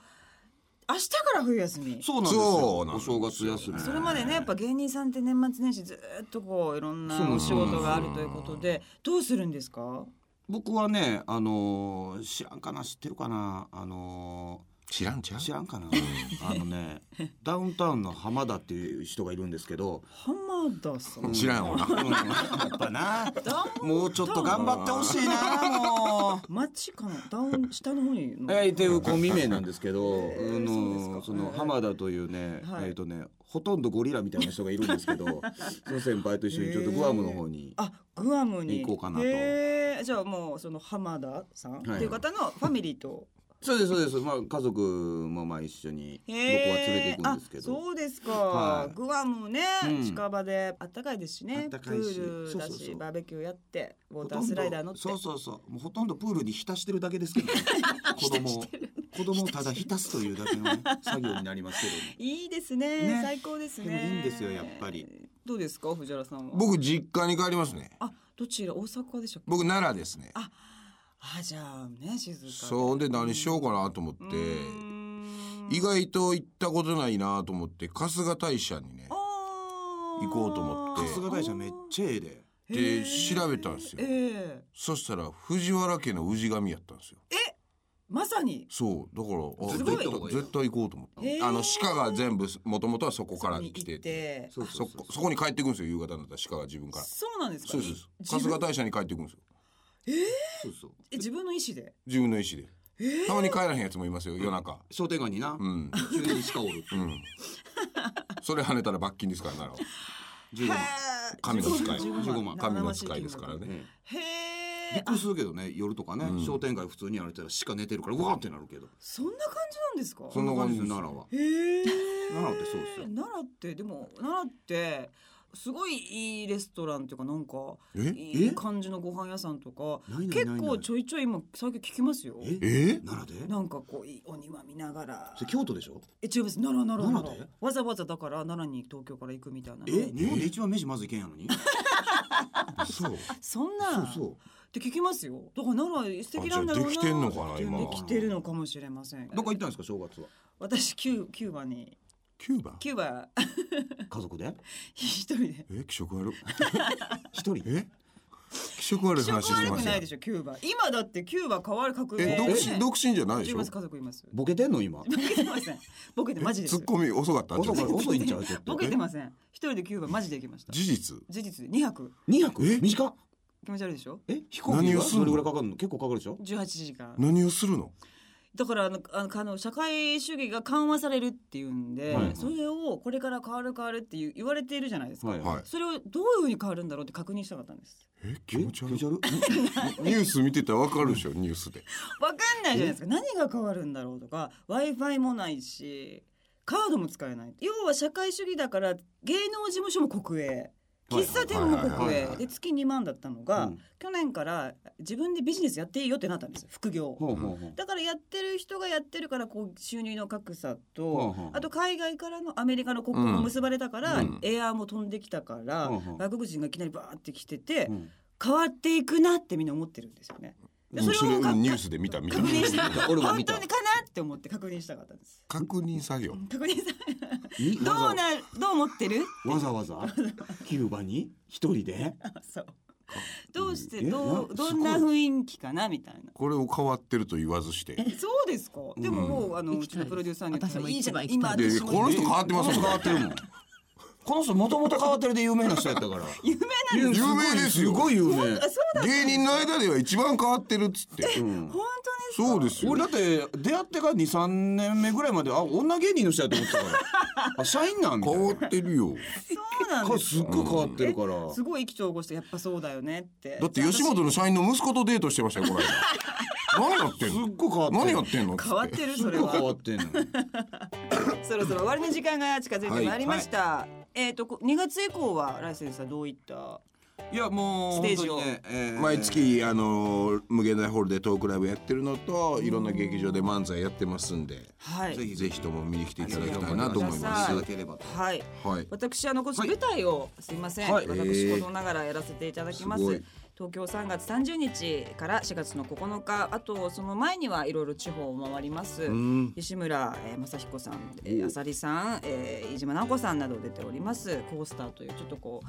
S1: 明日から冬休み
S2: うそうなんです
S3: そ
S2: よ
S3: うなん
S2: お
S3: ですよ
S2: 正月休み
S1: それまでねやっぱ芸人さんって年末年始ずっとこういろん
S2: そう
S1: な
S2: なん
S1: お
S2: です
S1: 仕事があるということでどうするんですか
S2: 僕はねあのー知らんかな知ってるかなあのー
S3: 知らんちゃう
S2: 知らんかなあ のねダウンタウンの浜田っていう人がいるんですけど
S1: 浜田さん
S3: 知らんよな
S2: うんやっぱ なもうちょっと頑張ってほしいなもう。
S1: 町かなダウン下の方にいるの
S2: えー、っていうコンビ名なんですけど、あ
S1: そうです
S2: の
S1: か
S2: そ
S1: は
S2: の
S1: いはい
S2: 浜田というね、
S1: はい
S2: えっ、とねほとんどゴリラみたいな人がいるんですけ ど、その先輩と一緒にちょっとグアムの方に、
S1: あグアムに
S2: 行こうかなと
S1: へーじゃあもうその浜田さん、
S2: いはい
S1: っていう方のファミリーと
S2: そうですそうです、まあ家族もまあ一緒に僕は連れて行くんですけ
S1: へーあ
S2: ど、
S1: そうですか、
S2: はい
S1: グアムね、
S2: うん
S1: 近場であったかいですしね
S2: あったかいし
S1: プールだし
S2: そうそうそう
S1: バーベキューやってウォ
S2: ほ
S1: ー
S2: と
S1: タ
S2: ん
S1: ー
S2: ど
S1: スライダー乗って
S2: そうそうそうもうほとんどプールに浸してるだけです けど、子供を子供をただ浸すというだけのね、作業になりますけど、ね、
S1: いいですね
S2: ね
S1: 最高ですね
S2: でもいいんですよやっぱり
S1: どうですか藤原さんは
S3: 僕実家に帰りますね
S1: あどちら大阪でしょ
S3: 僕奈良ですね
S1: あじゃあね静か
S3: そうで何しようかなと思っ
S1: うー
S3: て
S1: ん
S3: 意外と行ったことないなと思って春日大社にね
S1: あー
S3: 行こうと思って
S2: 春日大社めっちゃええで、
S1: へ
S3: で
S1: ー
S3: 調べたんですよ
S1: ええ
S3: そしたら藤原家の氏神やったんですよ
S1: まさに
S3: そうだからあ
S1: すごい
S3: 絶対絶対行こうと思った
S1: へー
S3: あの鹿が全部もともとはそこから
S1: に
S3: 来てて
S1: て
S2: そう
S3: そこそこに帰ってくんですよ夕方になったら鹿が自分から
S1: そうなんですか
S3: そうです
S1: 自
S3: 春
S1: 分
S3: 日大社に帰ってくんですよ
S2: そうそう
S1: え自分の意思で
S3: 自分の意思でたまに帰らへんやつもいますよ夜中
S2: 商店街にな、
S3: うん
S2: 急に鹿おる、
S3: うんそれ跳ねたら罰金ですからなら
S2: 15万。
S3: 神の使い
S2: 15万
S3: 神の使いですからね
S2: ね
S1: へ
S2: び
S1: え
S2: っくりするけどね夜とかね、
S3: うん
S2: 商店街普通に歩いてたら鹿寝てるからうわーってなるけど
S1: そんな感じなんですか
S3: そんな感じです
S2: 奈良は
S1: へえ
S2: 奈良ってそうですよ
S1: 奈良ってでも奈良ってすごいいいレストランっていうかなんか
S3: え
S1: いい感じのご飯屋さんとか
S2: ないないない
S1: 結
S2: ない
S1: 構ちょいちょい今最近聞きますよ
S2: え
S3: え
S2: 奈良で
S1: なんかこういいお庭見ながら
S2: それ京都でしょ
S1: え違います奈良奈良
S2: 奈良
S1: 奈良
S2: で
S1: わざわざだから奈良に東京から行くみたいなの
S2: え日本で一番飯まずいけんやのに
S3: そう
S1: そん
S2: そ
S1: な
S2: うそ
S1: って聞きますよだから奈良素敵なんだろうな
S3: あじゃあできてんのかな今
S1: できてるのかもしれません
S2: うどこ行ったんですか正月は
S1: 私キューキューバに
S3: キキューバ
S1: キューバ
S2: 家族で
S1: 一人で
S3: え気色悪い
S2: 一人
S3: え気色悪い
S1: 気色
S3: 話して
S1: 悪
S3: ま
S1: く
S3: す
S1: ない
S3: よ
S1: でしょキューバ今だってキューバ変わる確
S3: え
S1: 率
S3: 独
S1: ね
S3: 身独身じゃないで
S1: い
S3: しょ
S1: ます家族います
S2: ボケてんの今
S1: ボケてませんボケてマジです
S3: ツッコミ遅かったんじ
S2: 遅
S3: ゃない
S2: い遅いんちゃうちょっ
S1: ボ
S2: と
S1: ケてません一人でキューバマジで行きました
S3: 事実
S1: 事実で2泊
S2: 2泊
S3: え
S2: 短っ
S1: 気持ち悪いでしょ
S2: え飛行機
S3: 何を
S2: が
S3: すんの
S2: それぐらいかかるの結構かかるでしょ
S1: 18時間
S3: 何をするの
S1: だからあのあのあの社会主義が緩和されるっていうんで、
S2: はい
S1: それをこれから変わる変わるっていう言われているじゃないですか、
S2: はい
S3: はい
S1: それをどういうふうに変わるんだろうって確認したかったんです
S3: え
S2: え
S3: 気持ち悪い
S2: 気持ち悪い
S3: ニュース見てたらわかるでしょニュースで
S1: わかんないじゃないですか何が変わるんだろうとか w i f i もないしカードも使えない要は社会主義だから芸能事務所も国営
S2: はい
S1: 喫茶店も
S3: はいは
S1: 国
S3: いはい
S1: 営
S3: はい
S1: で月2万だったのが、
S2: うん
S1: 去年から自分でビジネスやっていいよってなったんですよ副業、
S2: ほうほうほう
S1: だからやってる人がやってるからこう収入の格差
S2: はあ
S1: と
S2: はあ
S1: あと海外からのアメリカの国交も結ばれたから、
S3: うん
S1: エアーも飛んできたから、
S2: はあはあ
S1: 外国人がいきなりバーって来てて、
S2: うん
S1: 変わっていくなってみんな思ってるんですよね。で
S3: うんそれ
S1: をか
S3: うんニュースで見た見た
S1: 確認した
S2: 俺も
S1: 本
S2: 見た
S1: 当にかなって思って確認したかったんです。
S3: 確認作業
S1: 確認さ
S2: に
S1: どうな どう思ってる？
S2: わざわざ わざキューバに一人で
S1: そう。どうして
S2: え
S1: ど
S2: な
S1: うどんな雰囲気かなみたいな。
S3: これを変わってると言わずしてい
S1: そうですか。でももう、あの
S4: 行
S1: う
S4: き
S1: ち
S4: たい
S1: のプロデューサーに言ったら
S4: 私も
S1: いいじゃない。
S4: 一
S1: 今
S4: 番行き
S3: や
S4: たい
S1: 私
S3: いや
S1: も
S3: この人変わってます
S2: この
S3: よ
S2: 人変わってるもんこの人もともと変わってるで有名な人やったから
S1: 有名なんです。
S3: 有名ですよ
S2: すごい有名
S1: あそうだ。
S3: 芸人の間では一番変わってるっつって
S2: うん
S1: 本
S3: そうですよ
S2: 俺だって出会ってから23年目ぐらいまであ女芸人の人やと思ってたからあ社員なんみたい
S3: 変
S2: な
S3: わってるよ
S1: 当にそうなん
S2: 顔
S1: です
S2: っごい変わってるから、
S1: す。すごい意気投合してやっぱそうだよねって。
S3: だって吉本の社員の息子とデートしてましたよこの 間何やってん
S2: す
S3: の
S2: っごい変わって
S3: 何
S2: る
S3: やってんの
S1: 変わってるそれ
S2: すっごい変わ
S1: は。
S2: ってんの
S1: そろそろ終わりの時間が近づいてまいりました。えっ、とこ2月以降はライセンスはどういった。
S2: いやもう
S1: ステージを
S2: 本当にねえー
S3: 毎月あの無限大ホールでトークライブやってるのといろんな劇場で漫才やってますんで
S1: はい。
S3: ぜひぜひとも見に来ていただき
S2: 頑
S3: た
S2: 張
S3: い
S2: り
S3: なと思います
S2: いただければと
S1: はい。
S3: はい
S1: 私あのこっち舞台を、すいません、
S2: はい
S1: 私事ながらやらせていただきます,、
S3: すごい
S1: 東京3月30日から4月の9日あとその前にはいろいろ地方を回ります、
S3: うん
S1: 吉村、えー、正彦さん、えー、あさりさん、えー、飯島直子さんなど出ておりますコースターというちょっとこう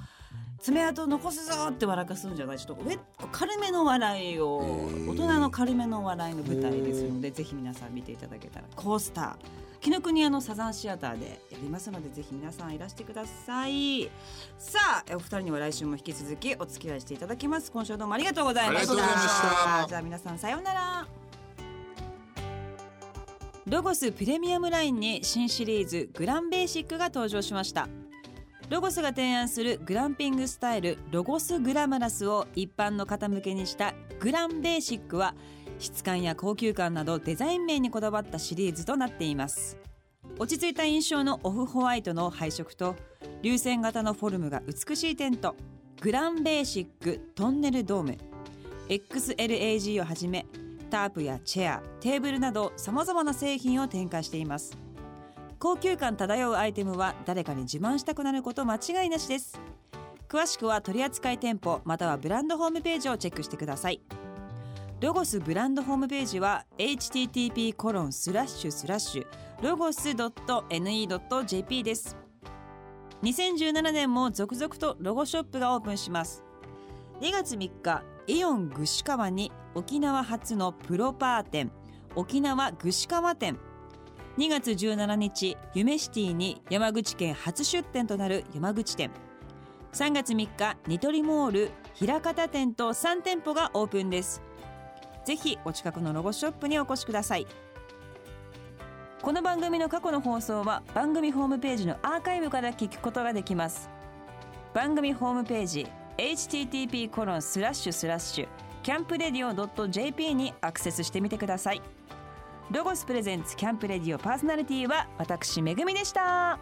S1: 爪痕残すぞーって笑かすんじゃないちょっとウェ軽めの笑いを、
S3: ー
S1: 大人の軽めの笑いの舞台ですのでぜひ皆さん見ていただけたらコースター紀ノ国屋のサザンシアターでやりますのでぜひ皆さんいらしてくださいさあえお二人には来週も引き続きお付き合いしていただきます今週はどうもありがとうございました
S3: ありがとうございました
S1: じゃあ皆さんさようならロゴスプレミアムラインに新シリーズグランベーシックが登場しましたロゴスが提案するグランピングスタイルロゴスグラマラスを一般の方向けにしたグランベーシックは質感や高級感などデザイン面にこだわったシリーズとなっています落ち着いた印象のオフホワイトの配色と流線型のフォルムが美しい点とグランベーシックトンネルドーム XLAG をはじめタープやチェアテーブルなどさまざまな製品を展開しています高級感漂うアイテムは誰かに自慢したくなること間違いなしです詳しくは取扱店舗またはブランドホームページをチェックしてくださいロゴスブランドホームページは http コロンスラッシュスラッシュロゴス .ne.jp です2017年も続々とロゴショップがオープンします2月3日イオン串川に沖縄初のプロパー店沖縄串川店2月17日夢シティに山口県初出店となる山口店3月3日ニトリモール枚方店と3店舗がオープンですぜひお近くのロゴショップにお越しくださいこの番組の過去の放送は番組ホームページのアーカイブから聞くことができます番組ホームページ http コロンスラッシュスラッシュキャンプレディオ .jp にアクセスしてみてくださいロゴスプレゼンツキャンプレディオパーソナリティは私めぐみでした。